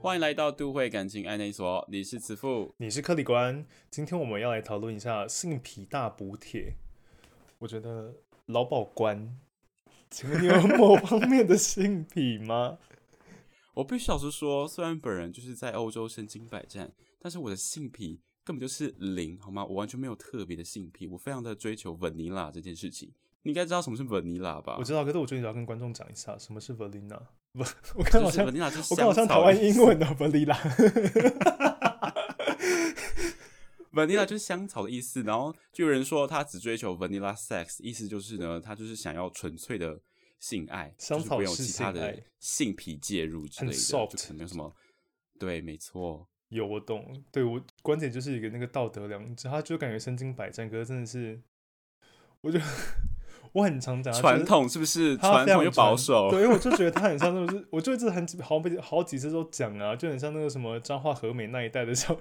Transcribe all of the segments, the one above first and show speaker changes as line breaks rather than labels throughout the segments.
欢迎来到都会感情爱内所，你是慈父。
你是克里官，今天我们要来讨论一下性癖大补帖。我觉得劳保官，请问你 有某方面的性癖吗？
我必须老实说，虽然本人就是在欧洲身经百战，但是我的性癖根本就是零，好吗？我完全没有特别的性癖，我非常的追求 vanilla 这件事情。你应该知道什么是 vanilla 吧？
我知道，可是我觉得你要跟观众讲一下什么是 Valina。不， 我
道
看好像
vanilla 就是
我看好像
香
台
草
湾
的意
英
思
文的 Valina。
vanilla 就是香草的意思，然后就有人说他只追求 vanilla sex，意思就是呢，他就是想要纯粹的性爱，
香草
就是不用
式
其他
性
的
爱
性癖介入之
很
类的，就
soft
可能没有什么。对，没错，
有我懂，对我观点就是一个那个道德良知，他就感觉身经百战，可是真的是，我觉得 我很常讲他就是
传统是不是？
他
传
非常
统又保守，
对，因为我就觉得他很像那种，是，我就一直很好被好几次都讲啊，就很像那个什么彰化和美那一代的小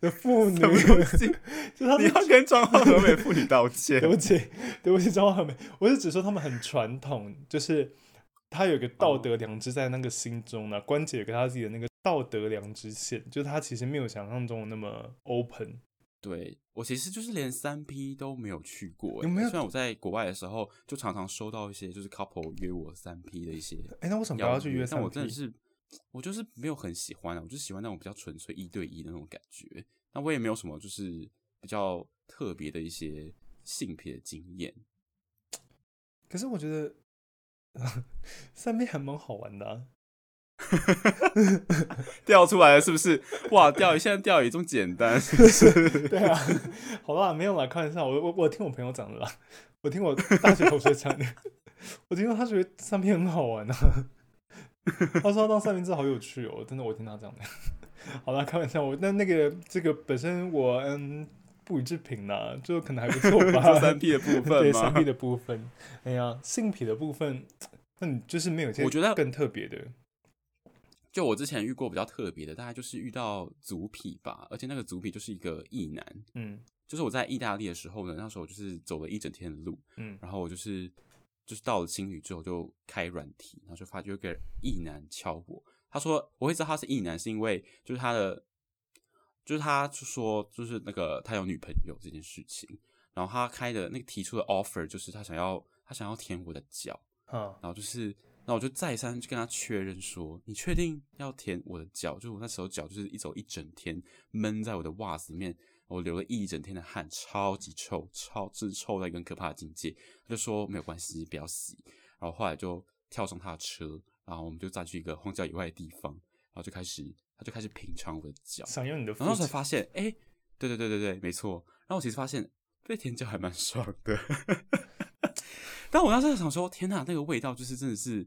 的妇女，就他
你
们
要跟彰化和美妇女道歉
对。不起，对不起，彰化和美，我是只说他们很传统，就是他有一个道
哦
德良知在那个心中呢、关姐有个他自己的那个道德良知线，就是他其实没有想象中那么 open，
对我其实就是连三 P 都没有去过、欸，
有没有
虽然我在国外的时候，就常常收到一些就是 couple 约我三 P 的一些
哎、那为什么不
邀
要去约
但
三
我真的
P？
是，我就是没有很喜欢啊，我就喜欢那种比较纯粹一对一的那种感觉。那我也没有什么就是比较特别的一些性别的经 验。
可是我觉得 三 P 还蛮好玩的、啊。
钓出来了是不是？哇，钓鱼现在钓鱼这么简 单，
对啊， 好啦，没有啦，开玩笑，我我我听我朋友讲的啦， 我听我大学同学讲的， 我听说他觉得三片很好玩啊， 他说他当三明治好有趣哦，真的，我听他讲的。 好啦，开玩笑，我那那个这个本身我嗯不予置评啦，就可能还不错 吧
做，三 P 的部分
对三 P
吗？
的部分，哎呀，性癖的部分，那你就是没有一些
我觉得
更特别的，
就我之前遇过比较特别的，大概就是遇到足痞吧，而且那个足痞就是一个异男，
嗯
就是我在意大利的时候呢，那时候我就是走了一整天的路，
嗯，
然后我就是就是到了青旅之后就开软体，然后就发觉有个异男敲我，他说我会知道他是异男是因为就是他的，就是他就说就是那个他有女朋友这件事情，然后他开的那个提出的 offer 就是他想要他想要舔我的脚，
啊，
然后就是，然后我就再三去跟他确认说，你确定要舔我的脚？就我那时候脚就是一走一整天闷在我的袜子里面，我流了一整天的汗，超级臭，超是臭到一个很可怕的境界。他就说没有关系，不要洗。然后后来就跳上他的车，然后我们就再去一个荒郊野外的地方，然后就开始他就开始品尝我的脚，
想用你的父
然后才
亲，
发现，哎、对对对对对，没错。然后我其实发现被舔脚还蛮爽的， 但我当时在想说，天哪，那个味道就是真的是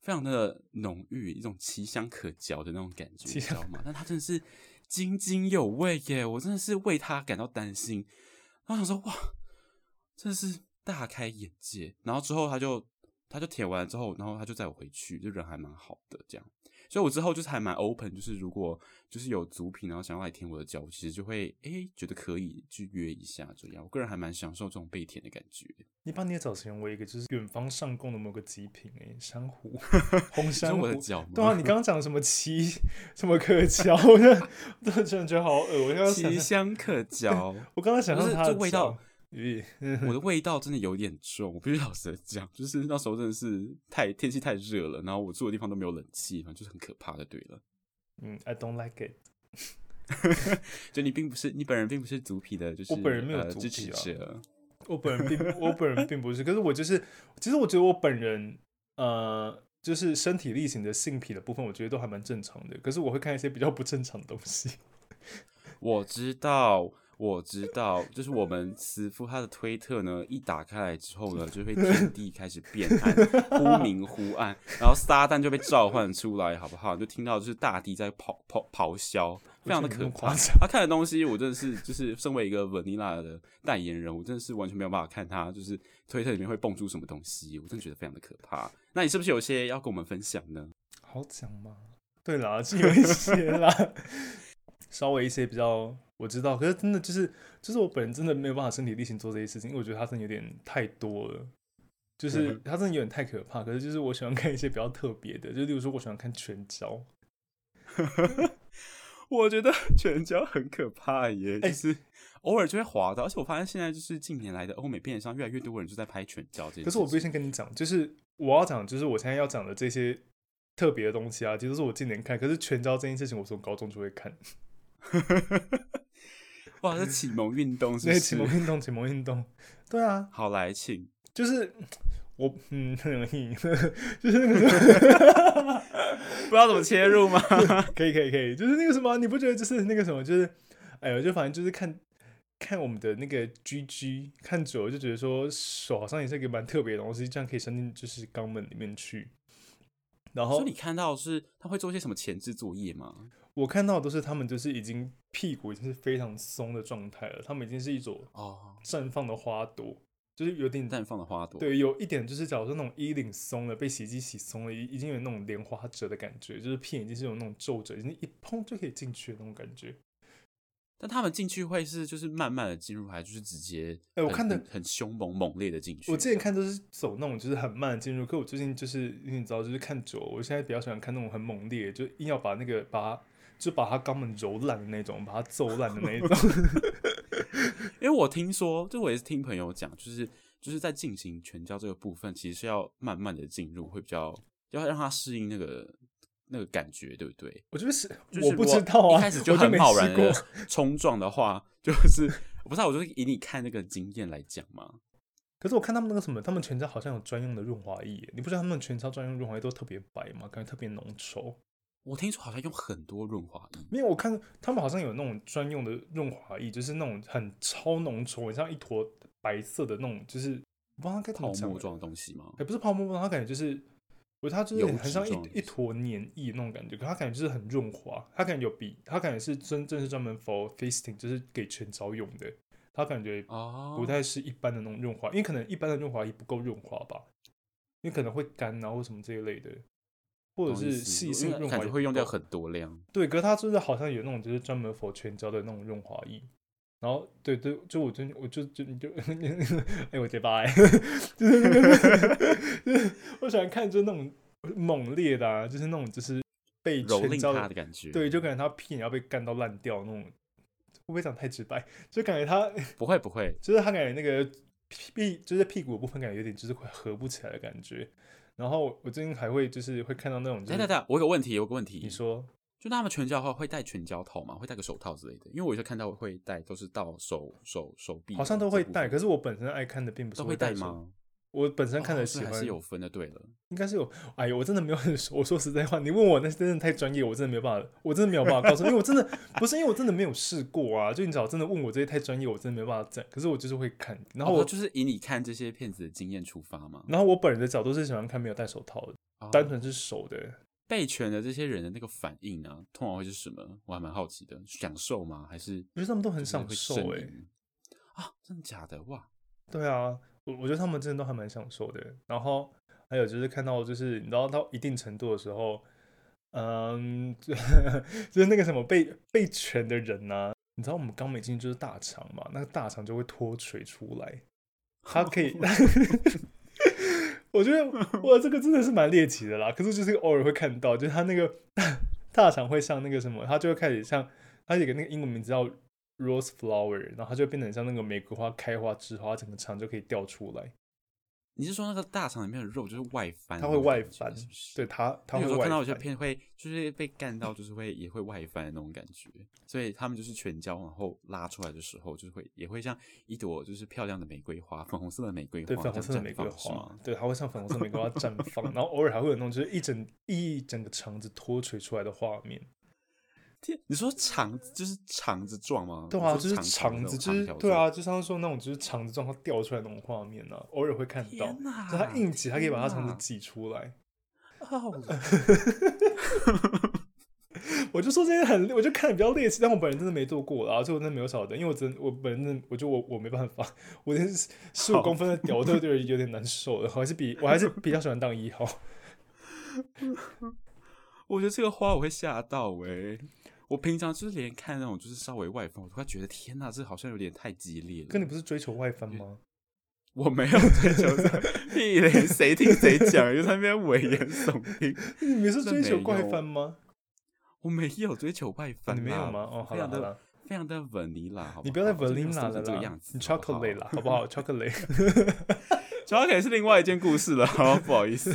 非常的浓郁，一种奇香可嚼的那种感觉，你知
奇香
道吗？但它真的是津津有味耶，我真的是为它感到担心。然后想说，哇，真的是大开眼界。然后之后他就他就舔完之后，然后他就载我回去，就人还蛮好的这样。所以我之后就是还蛮 open，就是如果就是有足品，然后想要来舔我的脚，我其实就会诶、觉得可以去约一下这样。我个人还蛮享受这种被舔的感觉。
你把你的脚成为一个就是远方上供的某个极品哎、珊瑚 红
你说
珊瑚
我的。脚吗？
对啊，你刚刚讲什么奇什么可嚼，我真的真的真的觉得好恶。我刚刚想
奇
象，
香 可嚼，
我刚刚想
不
象
是
它
这
的
味道
脚，嗯咦，
我的味道真的有点重，我必须老实地讲，就是那时候真的是太天气太热了，然后我住的地方都没有冷气，反正就是很可怕的。对了，
嗯，I don't like it。
就你并不是你本人并不是足皮的，就是
我本人没有
呃、
足
支持
癖啊
者，
我本人并我本人并不是，可是我就是，其实我觉得我本人呃，就是身体力行的性癖的部分，我觉得都还蛮正常的。可是我会看一些比较不正常的东西。
我知道。我知道，就是我们慈父他的推特呢，一打开来之后呢，就会天地开始变暗，忽明忽暗，然后撒旦就被召唤出来，好不好？就听到就是大地在咆咆咆哮，非常的
我觉得
可
你那么
怕
夸。张。
他看的东西，我真的是就是身为一个 Vanilla 的代言人，我真的是完全没有办法看他就是推特里面会蹦出什么东西，我真的觉得非常的可怕。那你是不是有些要跟我们分享呢？
好讲嘛？对啦，是有一些啦， 稍微一些比较我知道，可是真的就是就是我本人真的没有办法身体力行做这些事情，因为我觉得它真的有点太多了，就是它真的有点太可怕。可是就是我喜欢看一些比较特别的，就例如说我喜欢看拳交，
我觉得 拳交很可怕耶，
哎
就是偶尔就会滑到，而且我发现现在就是近年来的欧美片上越来越多人就在拍拳交这件事情。
可是我必须先跟你讲，就是我要讲，就是我现在要讲的这些特别的东西啊，其实都是我近年看。可是全招这件事情，我从高中就会看，
哇，这启蒙运动是
那
不
些
是？
启蒙运动，启蒙运动， 对啊，
好来请，
就是我 嗯，很容易，就是那个什么，
不知道怎么切入吗？
可以可以可以，就是那个什么，你不觉得就是那个什么，就是哎呦，就反正就是看。看我们的那个 GG，看久了就觉得说手好像也是一个蛮特别的东西，这样可以伸进就是肛门里面去。然后
所以你看到是他会做一些什么前置作业吗？
我看到的都是他们就是已经屁股已经是非常松的状态了，他们已经是一朵
哦，
绽放的花朵，就是有点
绽放的花朵。，
对，有一点就是假如说那种衣领松了，被洗衣机洗松了，已已经有那种莲花褶的感觉，就是屁眼已经是有那种皱褶，已经一碰就可以进去的那种感觉。
但他们进去会是就是慢慢的进入，还是就是直接
哎
很？
我看得
很很凶猛猛烈的进去。
我之前看都是走那种就是很慢的进入，可我最近就是你知道，就是看久了，我现在比较喜欢看那种很猛烈，就硬要把那个把它就把它肛门揉烂的那种，把它揍烂的那一 种。
因为我听说，就我也是听朋友讲，就是就是在进行全交这个部分，其实是要慢慢的进入，会比较要让他适应那个那个感觉，对不对？
我觉得是，
就是
我
如
不
果
知道啊，
一开始
我
很
没
贸
试
然
过
的 冲撞的话，就是我不知道，我就是以你看那个经验来讲嘛。
可是我看他们那个什么，他们全家好像有专用的润滑液耶，你不觉得他们全家专用润滑液都特别白吗？感觉特别浓稠。
我听说好像用很多润滑 液，
没有，我看他们好像有那种专用的润滑液，就是那种很超浓稠，很像一坨白色的那种，就是我不知道该怎
泡
么讲
沫
耶，
状的东西吗？
也不是泡沫状，它感觉就是，我觉得它就是
油
很
脂
像一
状的
一坨黏液那种感觉，可它感觉就是很润滑，它感觉有比它感觉是真正是专门 for fisting，就是给全招用的，它感觉
哦，
不太是一般的那种润滑，因为可能一般的润滑液不够润滑吧，因为可能会干啊或什么这一类的，或者
懂意
是
思
细
因
性
为
润滑
感
液
觉
不
会用掉
够
很多量。
对，可是它就是好像有那种就是专门否全胶的那种润滑液，然后对对，就我真我就就你就 哎我结巴哎，就是那个就是我喜欢看就是那种猛烈的啊，就是那种就是被
蹂
全
躏
胶
它的感觉，
对，就感觉他屁眼要被干到烂掉那种，会不会讲太直白？就感觉他
不会不会，
就是他感觉那个屁就是屁股的部分感觉有点就是快合不起来的感觉，然后我最近还会就是会看到那种就
等等
是
等，我有个问题，有个问题，
你说
就那他们拳交的话，会戴拳交套吗？会戴个手套之类的？因为我就看到会戴，都是到手手手臂，
好像都会戴，可是我本身爱看的并不是
都会戴
手
吗？
我本身看
哦
的
所以
喜欢，
还是有分的。对了，
应该是有。哎呦，我真的没有很 熟。我说实在话，你问我那是真的太专业，我真的没有办法，我真的没有办法告诉你，因为我真 的不是因为我真的没有试过啊。就你只要真的问我这些太专业，我真的没办法讲。可是我就是会看，然后
哦
我、
就是以你看这些片子的经验出发嘛，
然后我本人的角度是喜欢看没有戴手套的，
哦
单纯是手的。
被拳的这些人的那个反应啊，通常会是什么？我还蛮好奇的，享受吗？还是
我觉得他们都很
就是
享
会
受
呻
哎、
吟啊，真的假的？哇，
对啊，我我觉得他们真的都还蛮享受的。然后还有就是看到就是你知道到一定程度的时候，嗯， 就就是那个什么被被拳的人呐、你知道我们刚美进就是大肠嘛，那个大肠就会脱垂出来，它可以。我觉得哇，这个真的是蛮猎奇的啦。可是就是偶尔会看到，就是它那个大 肠会像那个什么，它就会开始像它有个那个英文名字叫 rose flower，然后它就变成像那个玫瑰花开花之后，它整个肠就可以掉出来。
你是说那个大肠里面的肉就是外翻的
它
那
会
种
外
感觉？
翻
是不是，
对它，它
因为有
会
时候
外
看到有些
翻。
片会就是被干到，就是会也会外翻的那种感觉，所以他们就是全胶，然后拉出来的时候，就是会也会像一朵就是漂亮的玫瑰花，粉红色的玫瑰花，
对粉红色的
这
玫
样
瑰
绽放是
花
吗，
对，它会像粉红色的玫瑰花绽放，然后偶尔还会有那种就是一整一整个肠子脱垂出来的画面。
天，你说肠子就是肠子状吗？
对啊，
你
就
说
是
肠
肠子，就
条
是
那种
对，啊，就像是说那种就是肠子状况掉出来那种画面呢、啊，偶尔会看到。
天哪
就它硬挤，它可以把它肠
天
子
哪
挤出来。
哦，
我就说这些很，我就看的比较猎奇，但我本人真的没做过啦，所以我真的没有晓得，因为我真我本人真的，我就我我没办法，我连十五
好
公分的屌我都觉得有点难受了，我还是比我还是比较喜欢当一号。
我觉得这个花我会吓到哎、我平常就是连看那种就是稍微外翻，我都会觉得天哪，这好像有点太激烈了。
可你不是追求外翻吗？
我没有追求 这个，屁嘞，谁听谁讲，就在那边危言耸听。
你不是
这
追求
没
怪
有
翻吗？
我没有追求外翻、
你没有吗？哦，好
非
了
常
好
的
了，
非常的 vanilla，好好
你不要再
我这个人
vanilla
生
了
成这个
啦
样，子，
你
好不好
chocolate 啦，好不好？chocolate，chocolate，
？chocolate 是另外一件故事了， 好不好意思。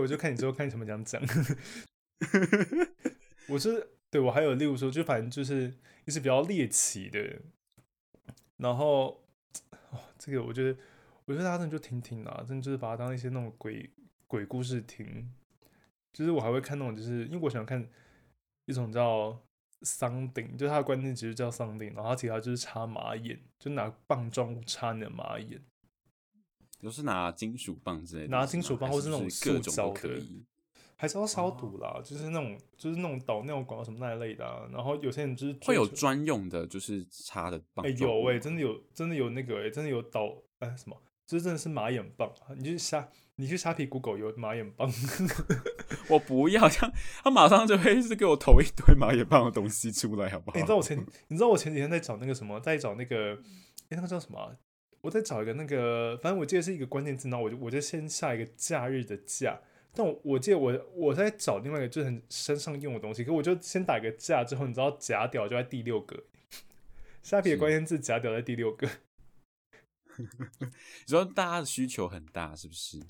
我就看你之后看你怎么讲讲。我是对我还有，例如说，就反正就是一些比较猎奇的，然后哦，这个我觉得，我觉得大家真的就听听啦，真的就是把它当一些那种鬼鬼故事听。就是我还会看那种，就是因为我喜欢看一种叫 something，就是它的关键词就叫 something，然后它其他就是插马眼，就拿棒状物插你的马眼。
就是拿金属棒之类的东西吗，
拿金属棒
还
或
是
是那
不
种
是各
塑
种
胶
都可
的
以。
还是要消
哦
毒啦，就是那种就是那种导尿管什么那一类的、啊，然后有些人就是
会有
追求
专用的，就是插的棒
哎、
状物
有
吗。
哎、真的有真的有那个哎、真的有导哎、什么，这真的是马眼棒，你去虾你去虾皮 Google 有马眼棒，
我不要，这样他马上就会是给我投一堆马眼棒的东西出来，好不好？嗯
哎你知道我前你知道我前几天在找那个什么，在找那个哎、那个叫什么啊、我在找一个那个，反正我记得是一个关键字，然后我就我就先下一个假日的假。但我我记得我我在找另外一个就是很身上用的东西，可我就先打一个架，之后你知道假屌就在第六个， 虾皮的
是
关键字假屌在第六个。
你说大家的需求很大，是不是？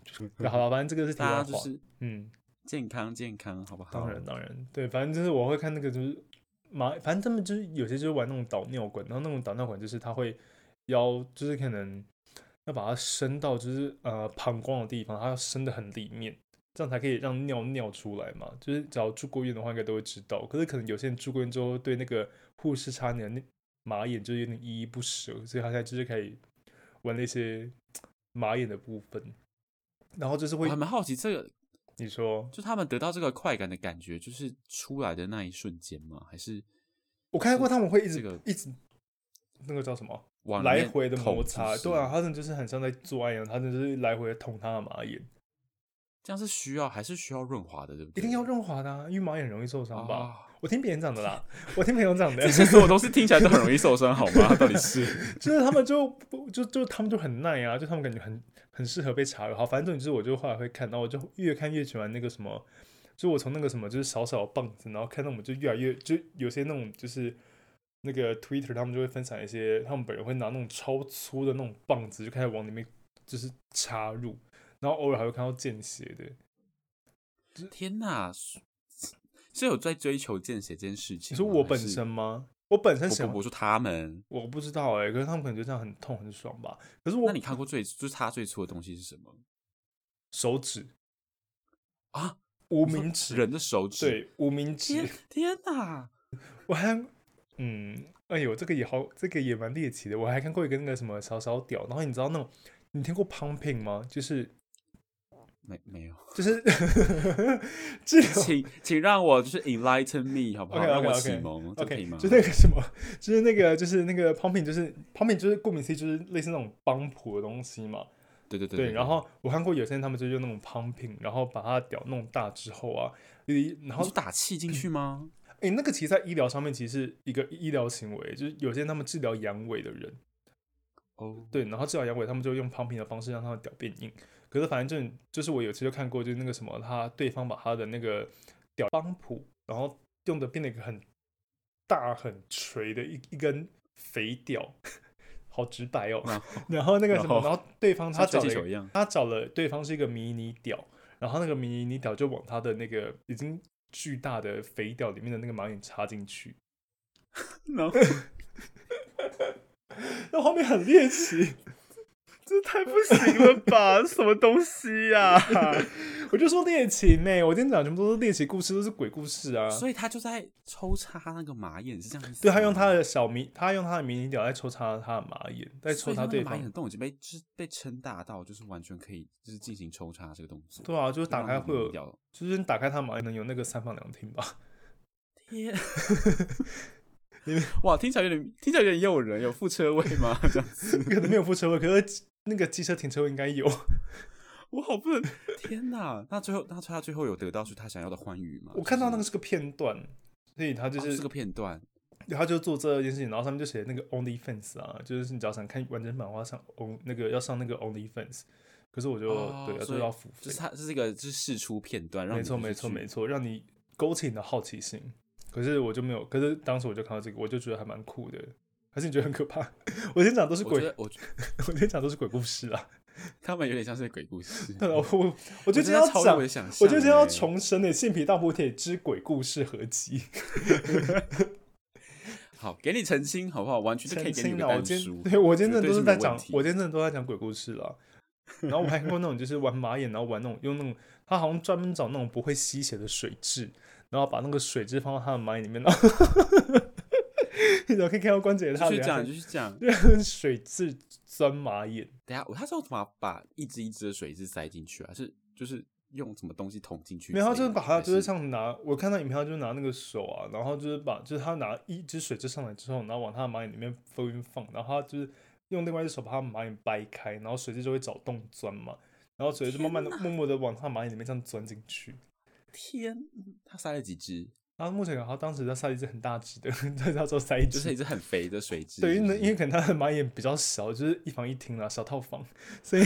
好了，反正这个是题
大
外
家
话。
就是
嗯，
健康健康，好不好？
当然当然，对，反正就是我会看那个就是马，反正他们就是有些就是玩那种导尿管，然后那种导尿管就是他会要就是可能要把它伸到就是呃膀胱的地方，它要伸的很里面，这样才可以让尿尿出来嘛。就是只要住过院的话，应该都会知道。可是可能有些人住过院之后，对那个护士插你的那马眼就是有点依依不舍，所以他现在就是可以玩那些马眼的部分。然后就是
我
会
还，蛮好奇，这个
你说，
就他们得到这个快感的感觉，就是出来的那一瞬间吗？还是
我看过他们会一直、
这个哦
一直那个叫什么
往里
来
面
回的摩
捅
擦，
是不
对
是
啊，他们就是很像在做爱一样，他们就是来回地捅他的马眼，
这样是需要还是需要润滑的，对不
一
对？
定要润滑的、啊，因为马眼容易受伤吧。
啊
我听别人讲的啦，我听别人讲的
这，些所有东西听起来都很容易受伤，好 吗？到底是
就是他们就不就就他们就很耐啊，就他们感觉很很适合被查好，反正总之我就后来会看，然后我就越看越喜欢那个什么，就我从那个什么就是小小的棒子，然后看到我们就越来越就有些那种就是那个 Twitter 他们就会分享一些，他们本人会拿那种超粗的那种棒子就开始往里面就是插入，然后偶尔还会看到见血的，
天哪！是是有在追求见血这件事情
你
吗？
说我
嗯还
本
是
身吗？我本身
不
想
不，我说他们。
我不知道哎、可是他们可能就这样很痛很爽吧。可是我
那你看过最就是他最初的东西是什么
手指
啊？
无
我说
名指
人的手指。，
对，无名
天
指，
天哪！
我还嗯，哎呦，这个也好，这个也蛮猎奇的。我还看过一个那个什么小小屌，然后你知道那种，你听过 pumping 吗？就是
没没有，
就是 这 种
请请让我就是 enlighten me 好不好
OK，OK，OK
让我启蒙这可以
OK，
吗？
就那个什么，就是那个就是那个 pumping，就是 pumping，就是顾名思义就是类似那种帮浦的东西嘛。
对对对
对，然后我看过有些人他们就用那种 pumping，然后把它屌弄大之后啊，一然
你
后
是打气进去吗？
诶，那个其实，在医疗上面，其实是一个医疗行为，就是有些人他们治疗阳痿的人，
哦，
对，然后治疗阳痿，他们就用 pumping 的方式让他的屌变硬。可是反正就就是我有次就看过，就是那个什么，他对方把他的那个屌帮浦，然后用的变得一个很大很垂的一一根肥屌，好直白哦。
然后
然后那个什么，
然后
然后对方他
像
找
吹
了
气
一
球
个
一 样，
他找了对方是一个迷你屌，然后那个迷你屌就往他的那个已经巨大的肥屌里面的那个马眼插进去，
然后
那画面很猎奇。
这太不行了 吧？什么东西呀、
我就说猎奇呢、我今天讲全部都是猎奇故事，都是鬼故事啊。
所以他就在抽插那个马眼，是这样意思吗？
对他用他的小迷，他用他的迷你屌在抽插他的马眼，在
所
抽
以他那
插
个
对
马眼
方
的。洞已经被就是被撑大到，就是完全可以就是进行抽插这个动作。
对啊，就是打
让
开
它
会有
移，掉
就是你打开他的马眼能有那个三房两厅吧？
天，哇，听起来有点听起来有点诱人，有副车位吗？这样子，
可能没有副车位，可是那个机车停车位应该有。
我好不能， 天哪！那最后，那他最后有得到是他想要的欢愉吗？
我看到那
就
个
是
是个片段，所以他就
哦
是
这个片段，
他就做这件事情，然后上面就写那个 OnlyFans 啊，就是你只要想看完整版的话，上 On 那个要上那个 OnlyFans，可是我就、
哦
对，要
所
就
以
要付
就
费
是，他这是一个就是试出片段，让
没
你
错
就是
没错
去
没错，让你勾起你的好奇心。可是我就没有，可是当时我就看到这个，我就觉得还蛮酷的。还是你觉得很可怕？ 我今天讲都是
我
鬼
觉，得我觉得
我今天讲都是鬼故事 啊。
他们有点像是鬼故事，
对了，我我
我
我就
真
今天
的
要
超
讲
越我，的想象欸，
我就今天要重生的《性皮大补帖之鬼故事合集
好给你澄清好不好？完》。全就可以
澄
给你
清
一
了，
个
啊我
蛋
今天
书，
对我今
绝
天真的
对
都
是
是
没
在
问
讲，
题
我今天真的都在讲鬼故事了。然后我还看过那种就是玩马眼，然后玩那种用那种，他好像专门找那种不会吸血的水蛭，然后把那个水蛭放到他的马眼里面，然后 你怎么可以看到关节他
继续
等下
讲，继续讲。
让啊水蛭钻马眼，
等一下，我他是要怎么把一只一只的水蛭塞进去啊？是就是用什么东西捅进去塞
没
吗？
有，他就是把它
啊还
就是像拿，我看到影片，他就拿那个手啊，然后就是把就是他拿一只水蛭上来之后，然后往他的马眼里面分放，然后他就是用另外一只手把他的马眼掰开，然后水蛭就会找洞钻嘛，然后水蛭就慢慢的默默的往他的马眼里面这样钻进去。
天，他塞了几只？
然后目前他当时在塞一只很大只的， 在他说塞一
就
只，
是一只很肥的 水蛭。
对，
是
因
不
为
是
因为可能他的马眼比较小，就是一房一厅啦，小套房，所以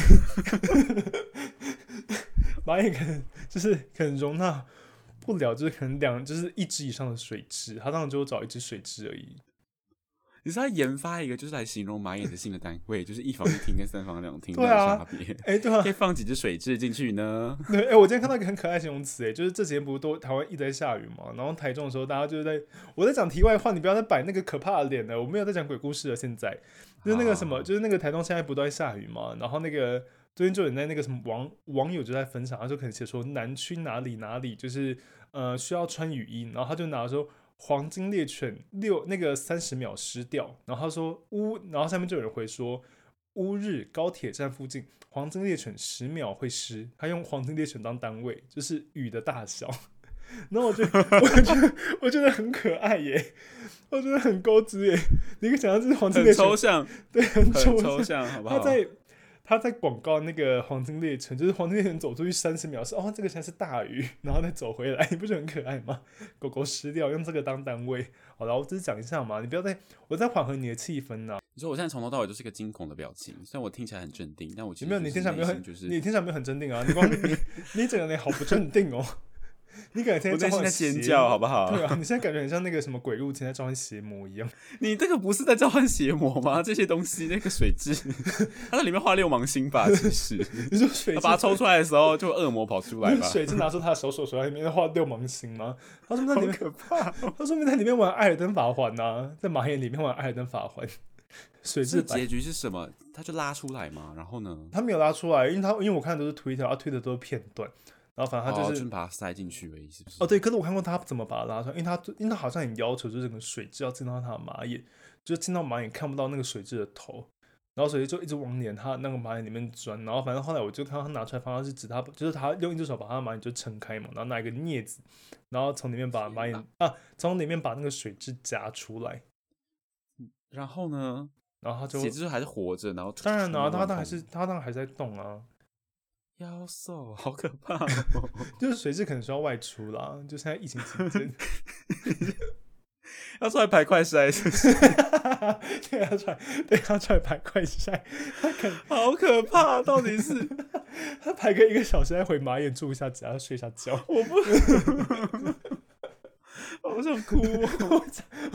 马眼可能就是可能容纳不了，就是可能两就是一只以上的水蛭，他当时就找一只水蛭而已。
你是要研发一个就是来形容马眼的新的单位， 就是一房一厅跟三房两厅
对
的
啊
差别。
哎、对啊
可以，放几只水蛭进去呢？
对，哎、我今天看到一个很可爱的形容词，哎，就是这几天不是都台湾一直在下雨嘛，然后台中的时候，大家就是在我在讲题外话，你不要再摆那个可怕的脸了，我没有在讲鬼故事了，现在就是那个什么，
好
就是那个台中现在不都在下雨嘛，然后那个最近就有人在那个什么网网友就在分享，他就可能写说南区哪里哪里就是呃需要穿雨衣，然后他就拿说。黄金猎犬六那个三十秒失掉，然后他说乌，然后下面就有人回说乌日高铁站附近，黄金猎犬十秒会湿，他用黄金猎犬当单位，就是雨的大小。 然后我就我觉得我觉得很可爱耶，我觉得很高知耶。你可以想 象这是黄金猎
很
犬
抽， 象，
对，很
很
抽
抽
象。
象，好不
他
好？
在他在广告那个黄金猎犬，就是黄金猎犬走出去三十秒是哦，这个才是大鱼，然后再走回来，你不觉得很可爱吗？狗狗湿掉，用这个当单位。好了，我只是讲一下嘛，你不要再，我在缓和你的气氛呐、
你说我现在从头到尾都是个惊恐的表情，虽然我听起来很镇定，但我其实
没有，你
就是
听起来没有
内
很，
心就是
你听起来没有很镇定啊！你 光你你整个人好不镇定哦，你感觉
我内
在
心在
邪
尖叫，好不好？
对啊，你现在感觉很像那个什么鬼入侵在召唤邪魔一样。
你这个不是在召唤邪魔吗？这些东西，那个水蛭， 它在里面画六芒星吧？其 实，
你说水
它把它
蛭，
抽出来的时候，就有恶魔跑出来
你
吧
说？水蛭拿出他的手手手在里面画六芒星吗？他说明在
好
里面，
可怕、
他说明在里面玩艾尔登法环呐、啊在马眼里面玩艾尔登法环。水
这
蛭白，
结局是什么？它就拉出来嘛，然后呢？
他没有拉出来，因为他因为我看的都是推特，他推的都是片段，然后反正他
哦
就
就是把它塞进去而已，是不是？
哦，对，可是我看过他怎么把它拉出来，因为他因为他好像很要求，就是整个水蛭要进到他的马眼，就是进到马眼看不到那个水蛭的头，然后水蛭就一直往脸他那个马眼里面钻，然后反正后来我就看到他拿出来方向是指他，就是他用一只手把他的马眼就撑开嘛，然后拿一个镊子，然后从里面把马眼啊从里面把那个水蛭夹出来，
然后呢？
然后他就
血之后还是活着，然后
当然啦、
然
他当然还是他当然还在动啊，
妖兽，好可怕、 哦！
就是水蛭可能需要外出啦，就现在疫情期间。
要出来排快筛，是不是
对他出来，对他出来排快筛，他可能
好可怕！哦到底是
他排个一个小时，再回马眼住一下家，睡一下觉。
我 不，我想哭、哦。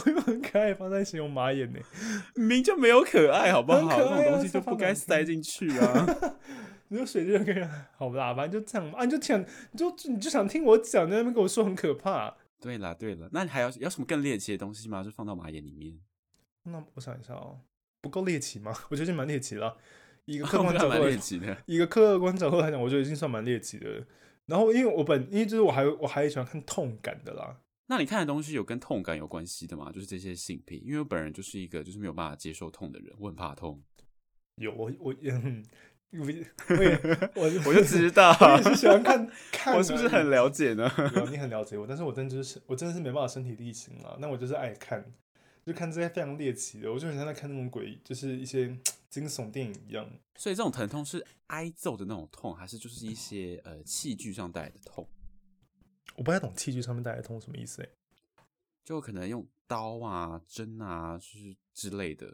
我用很可爱的方在形容马眼呢，
明明就没有可爱，好不好？
很可爱啊
这种东西就不该塞进去 啊！
你说水就可以，好啦，反正就这样嘛。啊，你就想，你就你就想听我讲，在那边跟我说很可怕。
对啦，对了，那你还有有什么更猎奇的东西吗？就放到马眼里 面，
那我想一下哦，不够猎奇吗？我觉得蛮猎奇了。一个客
我
观
觉
角
得
度
蛮
来说
猎奇的。
以一个客观角度来讲，我觉得已经算蛮猎奇的了。然后，因为我本因为就是我还我还喜欢看痛感的啦，
那你看的东西有跟痛感有关系的吗？就是这些性癖，因为我本人就是一个就是没有办法接受痛的人，我很怕痛。
有我我嗯， 我我也我
我就知道，
我也是喜欢看看而已，
我是不是很了解呢？
有啊你很了解我？但是我真的就是我真的是没办法身体力行了，那我就是爱看，就看这些非常猎奇的，我就很像在看那种鬼，就是一些惊悚电影一样。
所以这种疼痛是挨揍的那种痛，还是就是一些呃器具上带来的痛？
我不太懂器具上面带来的痛什么意思、欸，
就可能用刀啊、针啊，就是之类的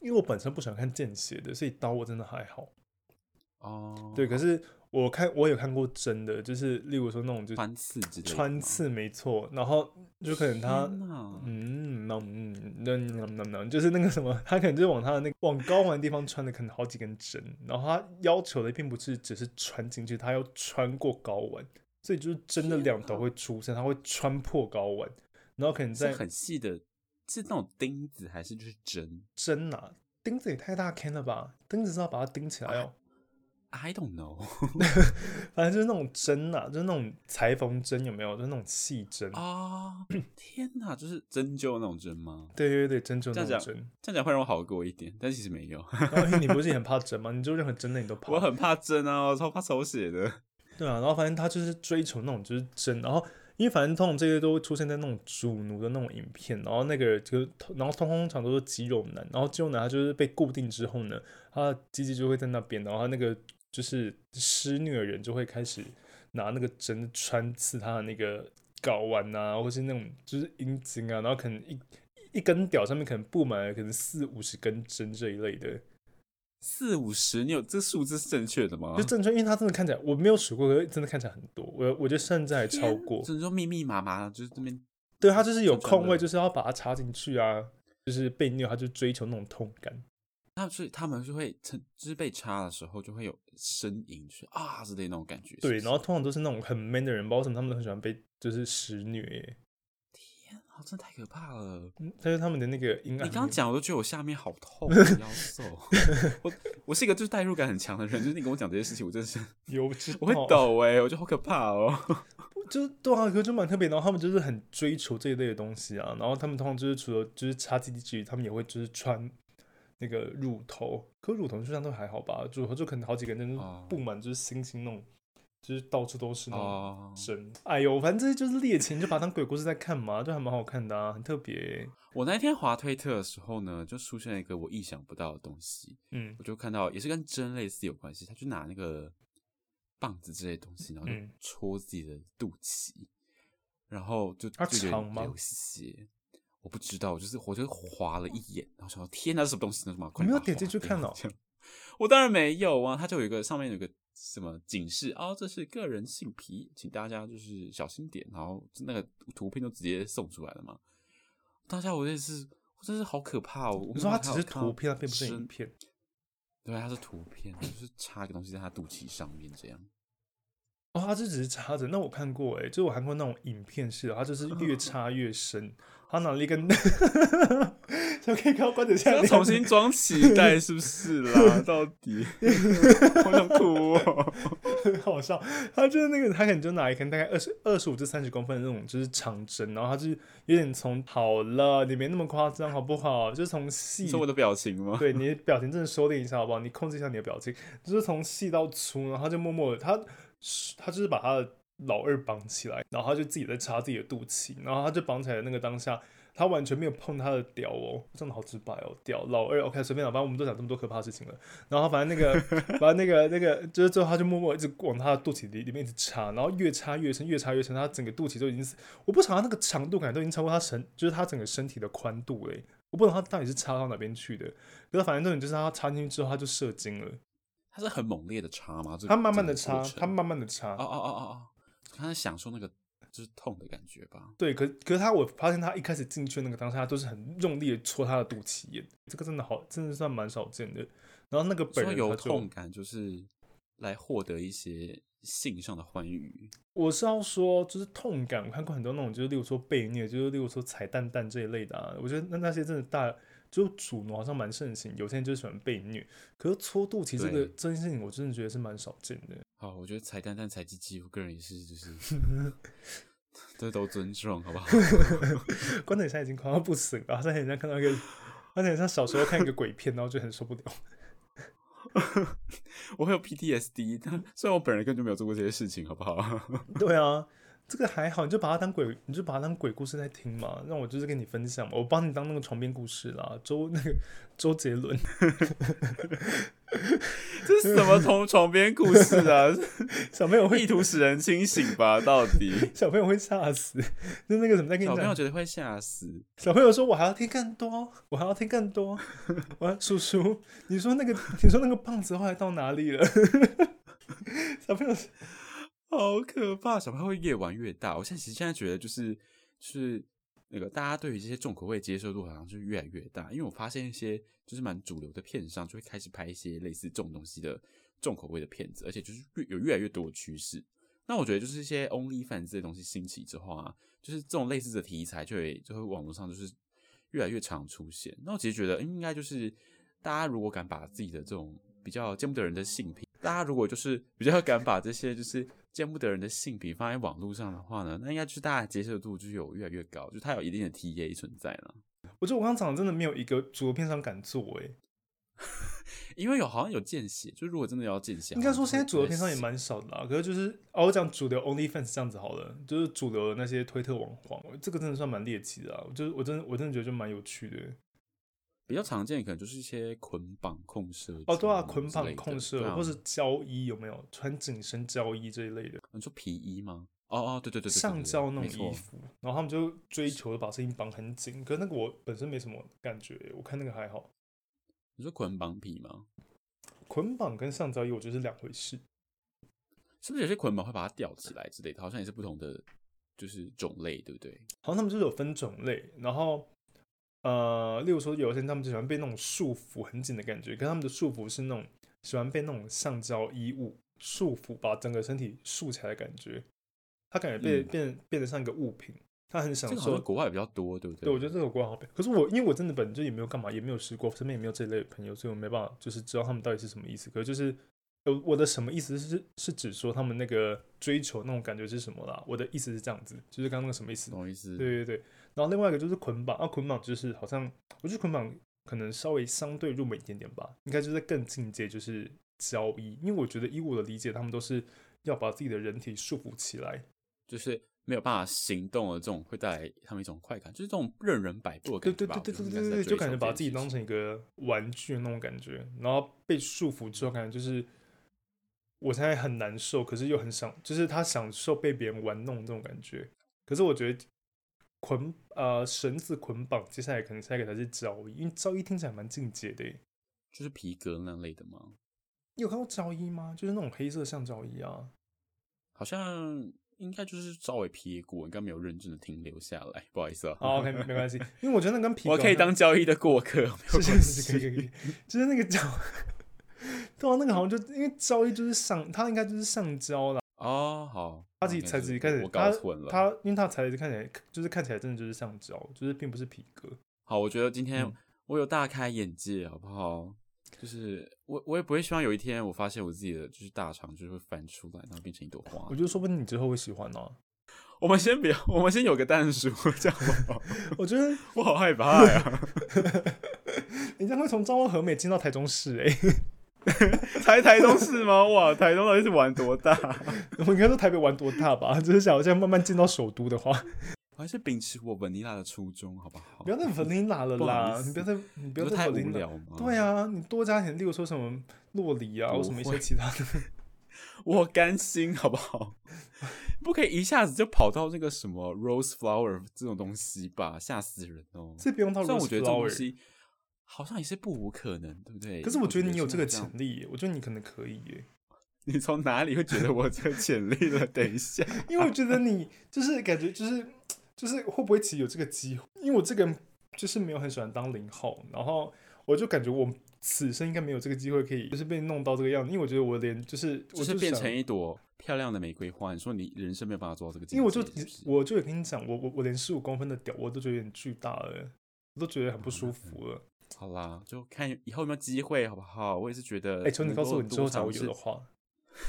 因为我本身不喜欢看见血的，所以刀我真的还好。
哦。
对，可是我看我有看过真的，就是例如说那种就是
穿刺之类的吗，
穿刺没错，然后就可 能他
天哪
嗯，那嗯，那那那那，就是那个什么，他可能就是往他的那个往睾丸的地方穿的，可能好几根针。然后他要求的并不是只是穿进去，他要穿过睾丸，所以就是真的
天
两
哪
头会出现，他会穿破睾丸，然后可能
是
在
很细的，是那种钉子还是就是针
针啊，钉子也太大坑了吧，钉子是要把它钉起
哎
来哦。
？I don't know
反正就是那种针啊，就是那种裁缝针，有没有？就是那种细针。
啊！天哪，就是针灸那种针吗？
对对对，针灸
这
那
样
种
讲
针。
这样讲会让我好过一点，但其实没有。
然后你不是也很怕针吗？你就任何针类你都怕。
我很怕针啊，我超怕手写的。
对啊，然后反正他就是追求那种就是真，然后因为反正通常这些都会出现在那种主奴的那种影片，然后那个就然后通通常都是肌肉男，然后肌肉男他就是被固定之后呢，他的鸡鸡就会在那边，然后他那个就是施虐的人就会开始拿那个针穿刺他的那个睾丸啊，或是那种就是阴茎啊，然后可能一一根屌上面可能布满了可能四五十根针这一类的，
四五十，你有这数字是正确的吗？
就正确，因为它真的看起来我没有数过，可是真的看起来很多，我我觉得甚至还超过。
只能说密密麻麻，就是这边
对，它就是有
真的
空位，就是要把它插进去啊，就是被虐，他就追求那种痛感。
他所以他们就会趁就是被插的时候就会有呻吟，就是啊之类那种感觉。
对，
是不是
然后通常都是那种很 man 的人，不知道为什么他们都很喜欢被就是施虐耶，
啊，真的太可怕了！
嗯但是他们的那个阴
你
暗面。
刚刚讲，我都觉得我下面好 痛，我腰瘦。我我是一个就是代入感很强的人，就是你跟我讲这些事情，我真的是
有知道
我会，抖哎、我觉得好可怕哦。
就对啊，可是就蛮特别。然后他们就是很追求这一类的东西啊，然后他们通常就是除了就是插鸡鸡之余，他们也会就是穿。那个乳头，可乳头就像都还好吧，乳头就可能好几根针，就是
哦
布满就是星星那种，就是到处都是那种
哦，
神，哎呦，反正这些就是猎奇，你就把它当鬼故事在看嘛，就还蛮好看的啊，很特别欸、
我那天滑推特的时候呢，就出现了一个我意想不到的东西，
嗯
我就看到也是跟针类似有关系，他就拿那个棒子之类的东西，然后就
嗯
戳自己的肚脐，然后就
它
就有点
长吗
流血。我不知道，我就是我就划了一眼，然后想说天哪，这是什么东西呢？什么？快
你没有
把它
点进
划
去
掉
看哦
这样 我当然没有啊，它就有一个上面有一个什么警示哦，这是个人性癖，请大家就是小心点。然后那个图片就直接送出来了嘛。当下我也是，我真是好可怕哦！我
你说它
他
只是图片，啊它并不是影片。
对，它是图片，就是插一个东西在他肚脐上面这样。
哦，它这只是插着。那我看过、欸，哎，就是我看过那种影片式的，它就是 越插越深，它拿了一 根，就可以看到观点下
要
面
重新装脐 带是不是啦？到 底好想哭哦！
很好笑。他就是那个，他可能就拿一根大概二十二十五至三十公分的那种，就是长针，然后他就是有点从好了，你没那么夸张好不好？就是从细
你说我的表情吗？
对你的表情真的收敛一下好不好？你控制一下你的表情，就是从细到粗，然后他就默默的，他他就是把他的老二绑起来，然后他就自己在插自己的肚脐，然后他就绑起来的那个当下，他完全没有碰他的屌哦，真的好直白哦，屌老二 OK 随便啦，反正我们都讲这么多可怕的事情了，然后反正那个反正那个那个就是最后他就默默一直往他的肚脐里里面一直插，然后越插越深，越插越深，他整个肚脐都已经是，我不晓得他那个长度感都已经超过他身，就是他整个身体的宽度嘞、我不懂他到底是插到哪边去的，可是反正重点就是他插进去之后，他就射精了。
他是很猛烈的插吗？这
他慢慢的
这个
插，
过程
他慢慢的插。
哦哦哦哦哦，他在享受那个就是痛的感觉吧？
对，可可是他，我发现他一开始进去那个当下，他都是很用力的戳他的肚脐眼，这个真的好，真的算蛮少见的。然后那个本
说
人
有
他就
痛感就是来获得一些性上的欢愉。
我是要说，就是痛感，我看过很多那种，就是例如说被虐，就是例如说踩蛋蛋这一类的啊。我觉得那那些真的大，就主奴好像蛮盛行，有些人就喜欢被虐。可是搓肚脐这个
对
这件事情，我真的觉得是蛮少见的。
好，我觉得踩蛋蛋、踩鸡鸡，我个人也是就是 这都尊重，好不好？
观点现在已经快要不行了，现在很像看到一个， 而且像小时候看一个鬼片，然后就很受不了。
我会有 PTSD，但 虽然我本人根本就没有做过这些事情，好不好？
对啊，这个还好，你就把它当鬼，你就把它当鬼故事在听嘛。让我就是跟你分享嘛，我帮你当那个床边故事啦。周 那个周杰伦，
这是什么同 床边故事啊？
小朋友会
意图使人清醒吧？到底
小朋友会吓死。 就那个什么，再跟
小
你
朋友
讲，
觉得会吓死。
小朋友说我还要听更多，我还要听更多。我要叔叔，你说那个你说那个胖子后来到哪里了？ 小朋友是
好可怕！小朋友会越玩越大。我现在其实现在觉得就是就是那个大家对于这些重口味接受度好像是越来越大，因为我发现一些就是蛮主流的片商就会开始拍一些类似这种东西的重口味的片子，而且就是越有越来越多的趋势。那我觉得就是一些 Only Fans 这些东西兴起之后啊，就是这种类似的题材就会就会网络上就是越来越常出现。那我其实觉得应该就是大家如果敢把自己的这种比较见不得人的性癖，大家如果就是比较敢把这些就是见不得人的性癖放在网络上的话呢，那应该就是大家接受度就是有越来越高，就它有一定的 TA 存在了。
我觉得我刚刚讲的真的没有一个主流片商敢做哎、
因为有好像有见血，就如果真的要见血，
应该说
好像
现在主流
就
片商也
是
蛮少的啦，可是就是哦，我讲主流 OnlyFans 这样子好了，就是主流的那些推特网红，这个真的算蛮猎奇的啊，我就是我真的我真的觉得就蛮有趣的。
比较常见，可能就是一些捆绑控射
哦，对啊，
之类
捆
的
绑控
对
射、
啊
或是交衣有没有穿紧身交衣这一类的
你说皮衣吗？哦哦，对对对对对，对
上交那
没
种
错
衣服，然后他们就追求把事情绑很紧，可是那个我本身没什么感觉，我看那个还好。
你说捆绑皮吗？
捆绑跟上交衣我觉得是两回事，
是不是有些捆绑会把它吊起来之类的？好像也是不同的，就是种类，对不对？
好像他们就是有分种类，然后呃，例如说有些人他们就喜欢被那种束缚很紧的感觉，可是他们的束缚是那种喜欢被那种橡胶衣物束缚，把整个身体束起来的感觉，他感觉被、
嗯
变变得像一个物品，他很享
这个好
受
像国外比较多，对不对？
对，我觉得这个国外好配。可是我因为我真的本身就也没有干嘛，也没有试过，身边也没有这类的朋友，所以我没办法就是知道他们到底是什么意思。可是就是呃，我的什么意思是是指说他们那个追求那种感觉是什么啦？我的意思是这样子，就是刚刚那个什么意思？
懂我意思？
对对对。然后另外一个就是捆绑啊，捆绑就是好像我觉得捆绑可能稍微相对入门一点点吧，应该就是更进阶就是交易，因为我觉得以我的理解，他们都是要把自己的人体束缚起来，
就是没有办法行动的这种，会带来他们一种快感，就是这种任人摆布的感
对
觉
对
吧。
对对
我觉得
对对
应该
对，
是在
就
追求
感觉把自己
这件
当
事
成一个玩具那种感觉，然后被束缚之后，感觉就是我现在很难受，可是又很享，就是他享受被别人玩弄这种感觉。可是我觉得捆呃绳子捆绑，接下来可能下一个才是交易，因为交易听起来蛮进阶的耶。欸
就是皮革那类的吗？
你有看过交易吗？就是那种黑色橡胶衣啊。
好像应该就是稍微瞥过，应该没有认真的停留下来，不好意思啊。
好、o k 没没关系，因为我觉得那跟皮
我
革
可以
好像
当交易的过客，没有
是
关
是是，可以
系。
可以可以，就是那个交， 对啊，那个好像就因为交易就是橡，它应该就是橡胶啦。
哦，好，
它自己
那应该
材
是
质一开始
我
它
搞混了。
它因为它的材质看起来就是看起来真的就是橡胶，就是并不是皮革。
好，我觉得今天
嗯
我有大开眼界，好不好？就是我，我也不会希望有一天我发现我自己的就是大肠就是会翻出来，然后变成一朵花
我。觉得说不定你之后会喜欢啊呢、
我们先不要， 我们先有个蛋叔， 这样好不好
我觉得
我好害怕 呀！
你这样会从彰化和美进到台中市哎、
台台东是吗？哇，台东到底是玩 多大？
我应该说台北玩多大吧？就是想要这样慢慢进到首都的话，
我还是秉持我文尼拉的初衷，好不好？
不要再 vanilla 了
不好
啦
意！思
你不要再你不要
你说
再
太无
vanilla。
聊吗？
对啊，你多加一点，例如说什么洛梨啊，
不
或什么一些
会
其他的。
我甘心，好不好？不可以一下子就跑到那个什么 rose flower 这种东西吧，吓死人哦！
这不用到
虽然
rose
我觉得这种东
flower，
西好像也是不无可能，对不对？
可是我觉得你有这个
因为我
潜
觉
力耶，我觉得你可能可以耶，
得像，你从哪里会觉得我有这个潜力了？等一下，
因为我觉得 你就是感觉就是就是会不会其实有这个机会？因为我这个人就是没有很喜欢当零号，然后我就感觉我此生应该没有这个机会可以就是被弄到这个样子，因为我觉得我连就是我
就是
就
变
想
成一朵漂亮的玫瑰花。你说你人生没有办法做到这个境界，
因为我就是
不是
我就也跟你讲，我我我连十五公分的屌我都觉得有点巨大了，我都觉得很不舒服了。
好啦，就看以后有没有机会，好不好？我也是觉得，
哎、求你告诉我你之后假如有的哦话，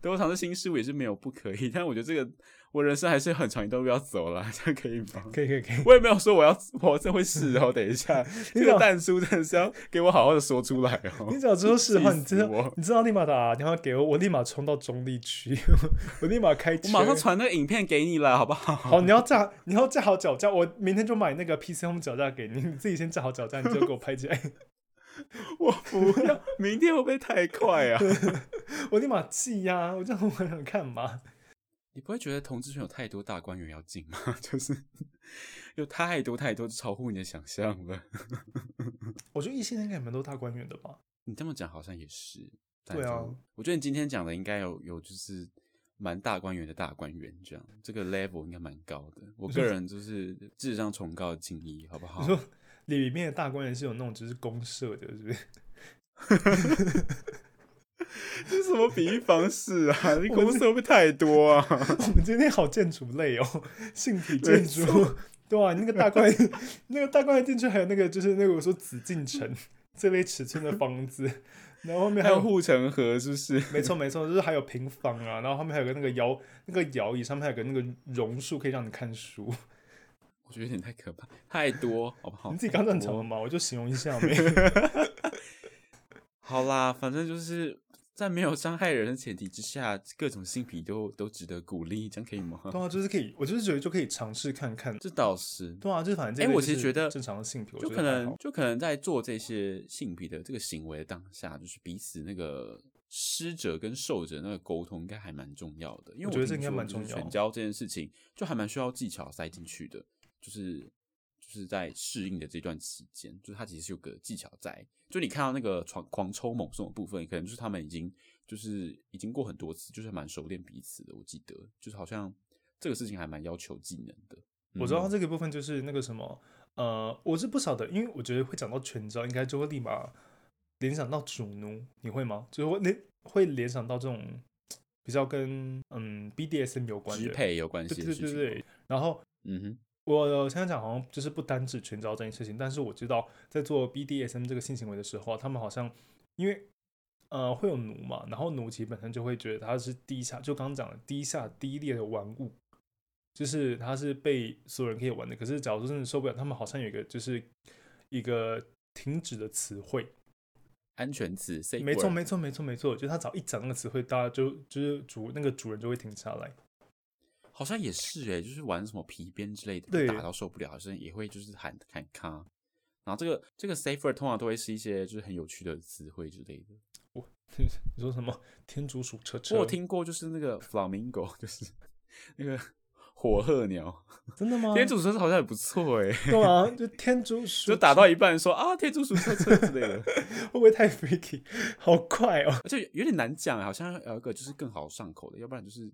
多尝试新事物也是没有不可以，但我觉得这个我人生还是很长一段路要走了， 这样可以吗？
可以可以可以，
我也没有说我要我真会试哦，等一下，这
你
个
懂
蛋叔真的是要给我好好的说出来哦
你。只要之后是的话，
气
你
死
知道
我，
你知道立马打电话给我，我立马冲到中立区， 我立马开
我
车。
马上传那个影片给你了，好不好？
好，你要架，你要架好脚架，我明天就买那个 PC Home 脚架给你，你自己先架好脚架，你就给我拍起来，
我不要，明天会不会太快啊？
我立马寄呀、我这样我想干嘛？
你不会觉得同志圈有太多大官员要进吗？ 就是有太多太多超乎你的想象了。
我觉得异性恋应该也蛮多大观园的吧，
你这么讲好像也是，大概
对啊
这样我觉得你今天讲的应该有有就是蛮大观园的大观园这样，这个 level 应该蛮高的。我个人就是智商崇高的敬意，好不好
你？说里面的大官人是有那种就是公社的，是不是？
这是什么比喻方式啊？你
我们
公司会不会太多啊？
我们今天好建筑类哦，性体
没
建筑，对啊，那个大官人， 那个大官人进去还有那个就是那个我说紫禁城 这类尺寸的房子，然后后面 还
还有
有。
护城河是不 是？
没错没错，就是还有平房啊，然后后面还有个那个摇那个摇椅，上面还有个那个榕树，可以让你看书。
我觉得有点太可怕，太多，好哦不好？
你自己刚刚
太
这样讲
多
了嘛，我就形容 一下呗。
好啦，反正就是在没有伤害人的前提之下，各种性癖都都值得鼓励，这样可以 吗？
对啊，就是可以，我就是觉得就可以尝试看看。
这倒是，
对啊，就是反正这
哎
类
我
就
其实
是
觉得
正常的性癖，我
就
觉
可
得还
能
好
就可能在做这些性癖的这个行为的当下，就是彼此那个施者跟受者那个沟通应该还蛮重要的，因为
我觉得
听
这应该
说
蛮
就是
重要
选交这件事情就还蛮需要技巧塞进去的，就是。就是在适应的这段期间，就是它其实是有个技巧在。就你看到那个狂狂抽猛送的部分，可能就是他们已经就是已经过很多次，就是蛮熟练彼此的。我记得就是好像这个事情还蛮要求技能的。
我知道
嗯
它这个部分就是那个什么，呃，我是不晓得，因为我觉得会讲到全招，应该就会立马联想到主奴，你会吗？就是会联会联想到这种比较跟嗯 BDSM 有关的，
支
对
配有关系
对
的
对
事情。
对对。然后
嗯哼，
我想讲，好像就是不单指全招这件事情，但是我知道在做 BDSM 这个性行为的时候啊，他们好像因为呃会有奴嘛，然后奴其实本身就会觉得他是低下，就刚刚讲的低下低劣的玩物，就是他是被所有人可以玩的。可是假如说真的受不了，他们好像有一个就是一个停止的词汇，
安全词 safe word，
没错没错没错没错，就是他只要一讲那个词汇，大家就就是主那个主人就会停下来。
好像也是哎、就是玩什么皮鞭之类的，
对
被打到受不了，好像也会就是喊喊咔。然后这个这个 safe word 通常都会是一些就是很有趣的词汇之类的。
你说什么天竺鼠车车？
我有听过，就是那个 flamingo，就是 那个火鹤鸟，
真的吗？
天竺鼠车好像也不错哎、
对啊，就天竺鼠
就打到一半说啊天竺鼠车车之类的，
会不会太 freaky？好快哦！
而且有点难讲，啊好像有一个就是更好上口的，要不然就是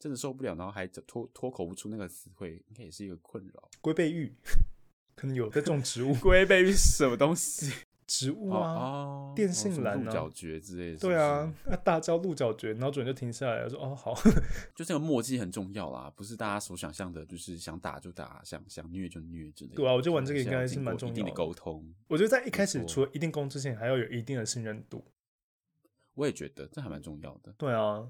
真的受不了，然后还脱脱口不出那个词汇，应该也是一个困扰。，
龟背玉 可能有在种植物
龟背是什么东西？
植物
哦
啊，
哦，
电
哦
信
什么
栏
鹿
啊
角蕨之类的。
对
是
啊
不，
那大叫鹿角蕨，然后主人就停下来了，说：“哦，好。
是，就这个默契很重要啦，不是大家所想象的，就是想打就打，想想虐就虐之类的。
对啊我觉得玩这个应该
还
是
经
蛮
过
重
一定的
要的
沟通，”
我觉得在一开始
没错
除了一定功之前，还要有一定的信任度。
我也觉得这还蛮重要的。
对啊，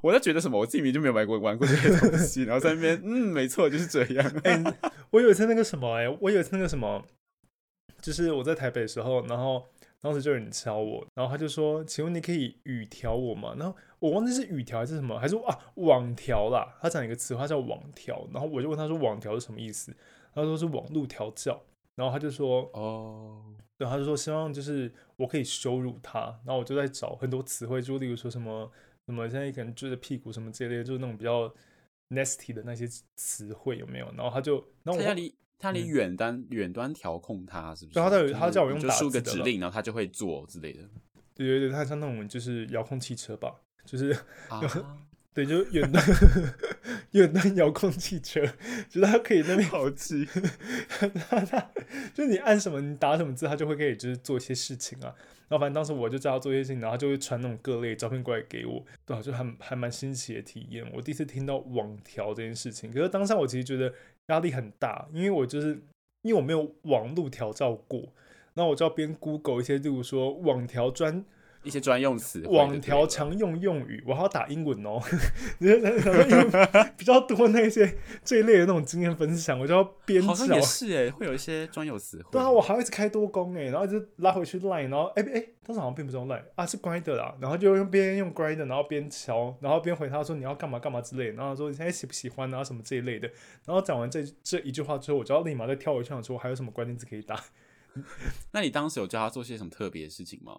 我在觉得什么，我自己明明就没有玩过玩过这些东 西，然后在那边嗯，没错，就是这样。
哎、我有一次那个什么、哎，我有一次那个什么，就是我在台北的时候，然后当时就有人敲我，然后他就说：“请问你可以语调我吗？”然后我忘记是语调还是什么，还是啊网调啦。他讲一个词，他叫网调，然后我就问他说：“网调是什么意思？”他说是网络调教。然后他就说，
哦，
对，他就说希望就是我可以羞辱他，然后我就在找很多词汇，就例如说什么什么现在可能追着屁股什么之类的，就是那种比较 nasty 的那些词汇有没有？然后他就，然
他
后我嗯
要离他离远端远端调控他是不是？
对他在
就是
他叫我用
你就
打
输
字
个
的
指
了
令，然后他就会做之类的。
对对对，它像那种就是遥控汽车吧，就是
啊，
对，就是远端 远端遥控汽车，就是它可以那边
好气。
它它就是你按什么，你打什么字，它就会可以就是做一些事情啊。然后反正当时我就叫他做一些事情，然后他就会传那种各类照片过来给我，对、啊，就还还蛮新奇的体验。我第一次听到网调这件事情，可是当下我其实觉得压力很大，因为我就是因为我没有网路调照过，然后我就要边 Google 一些，例如说网调专
一些专用词汇就对了，
网条常用用语，我还要打英 文哦，因为因为比较多那些这一类的那种经验分享，我就要编
好像也
找。
是哎，会有一些专有词汇。
哦 对啊，我还要一直开多工哎、然后一直拉回去 Line，然后哎哎、当时好像并不是用 Line 啊，是 Grinder 啦，然后就用边用 Grinder，然后边敲，然后边回他说你要干嘛干嘛之类的，然后说你现在喜不喜欢啊什么这一类的，然后讲完这这一句话之后，我就要立马再跳回去想说还有什么关键字可以打。
那你当时有教他做些什么特别的事情吗？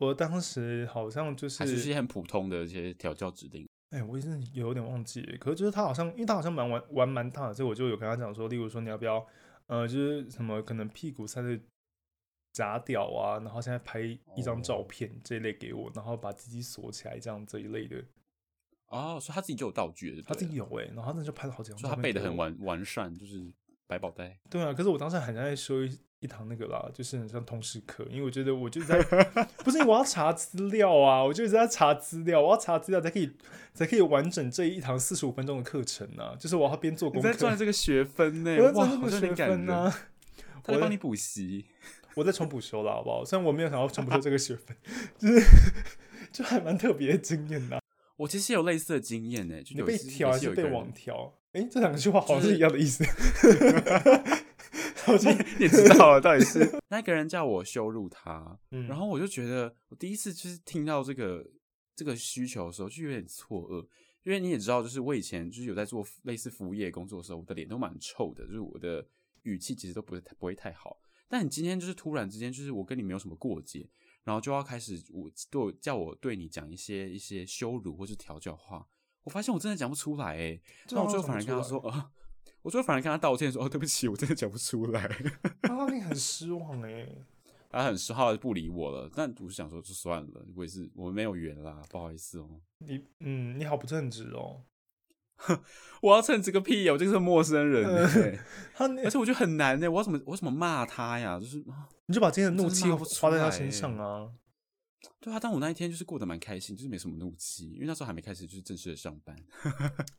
我当时好像就是
还是是一些很普通的一些调教指令？
哎、我也是有点忘记了，可是就是他好像，因为他好像蛮玩玩蛮大的，所以我就有跟他讲说，例如说你要不要，呃，就是什么可能屁股塞在假屌啊，然后现在拍一张
哦
照片这一类给我，然后把鸡鸡锁起来这样这一类的，
哦，所以他自己就有道具了，
他自己
有，
有哎、然后他那就拍了好几张
所
照
以
片，
啊他背的很。完完善，就是百宝袋。
对啊，可是我当时很像在修一一堂那个啦，就是很像通识课，因为我觉得我就在 不是我要查资料啊，我就一直在查资料，我要查资料才可以才可以完整这一堂四十五分钟的课程啊，就是我要边做
你
功课，
在赚这个学分呢、
我
哇，
在赚这
好
个
像有点
学
感
分
人。
啊，
他在
我
帮你补习，
我在重补修了，好不好？虽然我没有想要重补修这个学 分，就是就还蛮特别的经验呐、
我其实也有类似的经验呢、就
你
有
被
一次
调还
也是
是
有一个
被
人
网调？哎、这两句话好像
就是是
一样的意 思。好像
你也知道了，到底是那个人叫我羞辱他，
嗯
然后我就觉得我第一次就是听到这个这个需求的时候，就有点错愕，因为你也知道，就是我以前就是有在做类似服务业工作的时候，我的脸都蛮臭的，就是我的语气其实都不是太不会太好。但你今天就是突然之间，就是我跟你没有什么过节，然后就要开始我对我叫我对你讲一些一些羞辱或是调教话，我发现我真的讲不出来诶、
这
那我
好
最
像
后反而
讲
跟
不
他
出
说啊。我最后反而跟他道歉说：“哦，对不起，我真的讲不出来。”
来，他令很失望哎、
他很十号就不理我了，但我是想说就算了，我也是我没有缘啦，不好意思哦。
你嗯，你好不称职哦。
我要趁这个屁呀、我就是陌生人、欸，
他你
而且我觉得很难呢、欸我要怎么我要怎么骂他呀？就是啊
你就把今天的怒气
真的骂不出
花在他
来
身
欸
上啊。
对啊，但我那一天就是过得蛮开心，就是没什么怒气，因为那时候还没开始就是正式的上班。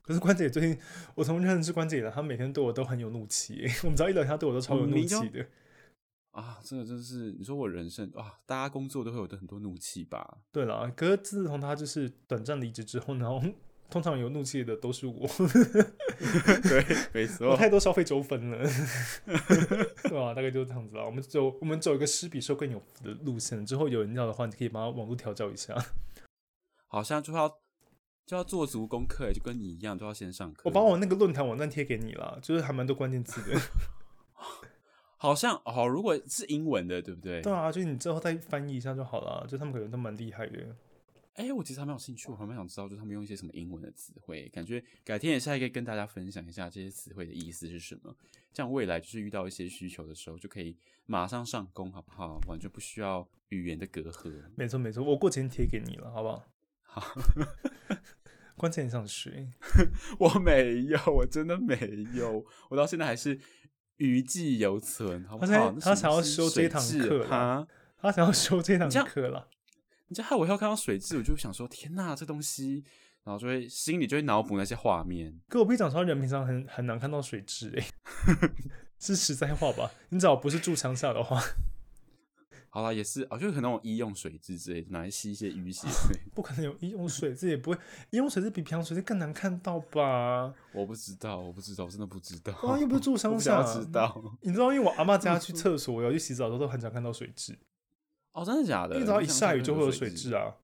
可是关姐最近，我从认识关姐以来，她每天对我都很有怒气、 欸。我们只要一聊天，她对我都超有怒
你就
气的。
啊，真的真是，你说我人生啊，大家工作都会有的很多怒气吧？
对了，可是自从他就是短暂离职之后，然 后通常有怒气的都是我，
对，没
我
错。
太多消费纠纷了， 对吧、大概就是这样子啦。我们走，我们走一个施比受更有福的路线，之后有人要的话，你可以帮他网络调教一下。
好像就要就要做足功课、欸，就跟你一样，都要先上课。
我把我那个论坛网站贴给你啦，就是还蛮多关键词的。
好像哦，如果是英文的，对不对？
对啊，就是你之后再翻译一下就好啦。就他们可能都蛮厉害的。
哎、我其实还蛮有兴趣，我还蛮想知道，就是他们用一些什么英文的词汇，感觉改天也下一个跟大家分享一下这些词汇的意思是什么，这样未来就是遇到一些需求的时候，就可以马上上攻，好不好？完全不需要语言的隔阂。
没错没错，我过几天贴给你了，好不好？
好，
关键上学，
我没有，我真的没有，我到现在还是余悸犹存，好不
他现在
好？那
他
什
想
么
要
是
修这
水
堂
质
课了啊
哈
他想要修这堂
这样
课啦。
你知道害我以后看到水质，我就想说，天呐，这东西，然后就会心里就会脑补那些画面。
可我必须讲，超人平常很很难看到水质哎、是实在话吧？你只要不是住乡下的话，
好啦，也是哦，就是可能那种医用水质之类的，拿来吸一些淤血之类的
不可能有医用水质，也不会医用水质比平常水质更难看到吧？
我不知道，我不知道，我真的不知道。
哇，又不是住
我
乡
不想
下，
要知道。
你知道，因为我阿妈家去厕所，我要去洗澡的时候都很常看到水质，
哦，真的假的？
因为只要一下雨就会有水
水
质。啊。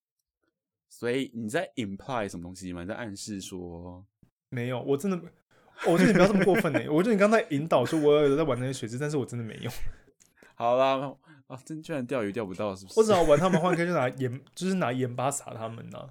所以你在 imply 什么东西吗？你在暗示说，
没有，我真的，哦我觉得你不要这么过分哎、我觉得你刚才引导说我有在玩那些水质，但是我真的没有，
好啦，啊，真居然钓鱼钓不到，是不是？
我只要玩他们换歌就拿盐，就是拿盐巴撒他们啊呐、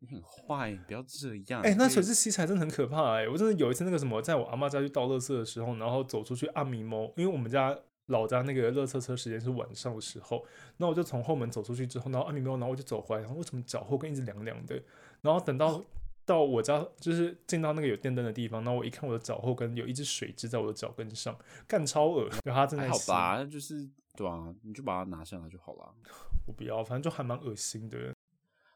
你很坏，你不要这样。
哎、
你
那
可以
水质吸起来真的很可怕哎、我真的有一次那个什么，在我阿妈家去倒垃圾的时候，然后走出去按迷蒙，因为我们家老家那个垃圾车时间是晚上的时候，那我就从后门走出去之后，然后按迷蒙，然后我就走回来，然后为什么脚后跟一直凉凉的？然后等到到我家就是进到那个有电灯的地方，然后我一看我的脚后跟有一只水蛭在我的脚跟上，干超恶，然后它正在
还好
吸，
吧，那就是对啊，你就把它拿下来就好啦。
我不要，反正就还蛮恶心的。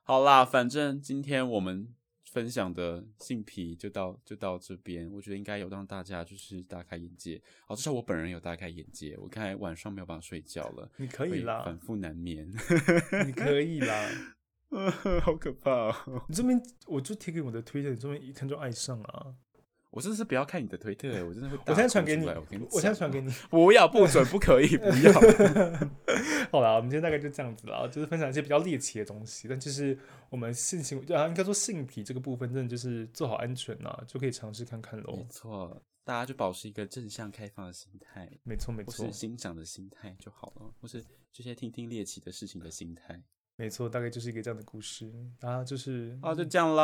好啦，反正今天我们分享的性癖就到就到这边，我觉得应该有让大家就是大开眼界。好，至少我本人有大开眼界。我刚才晚上没有办法睡觉了，
你可以
会
啦
反，复难 眠，
你可 以啦，
好可怕、哦！
你这边我就贴给我的推荐，你这边一看就爱上啊。
我真的是不要看你的推特、欸，我真的会大哭出来。
我现在传给你，
我跟你
我现在传给
你，
你。
不要，不准，不可以，不要。
好啦，我们今天大概就这样子啦，就是分享一些比较猎奇的东西，但就是我们性行为啊，应该说性癖这个部分，真的就是做好安全啦，就可以尝试看看
没
喽。
错，大家就保持一个正向开放的心态，
没错，没
或
错
是，欣赏的心态就好了，或是这些听听猎奇的事情的心态。
嗯没错，大概就是一个这样的故事啊，就是
哦好，就这样啦。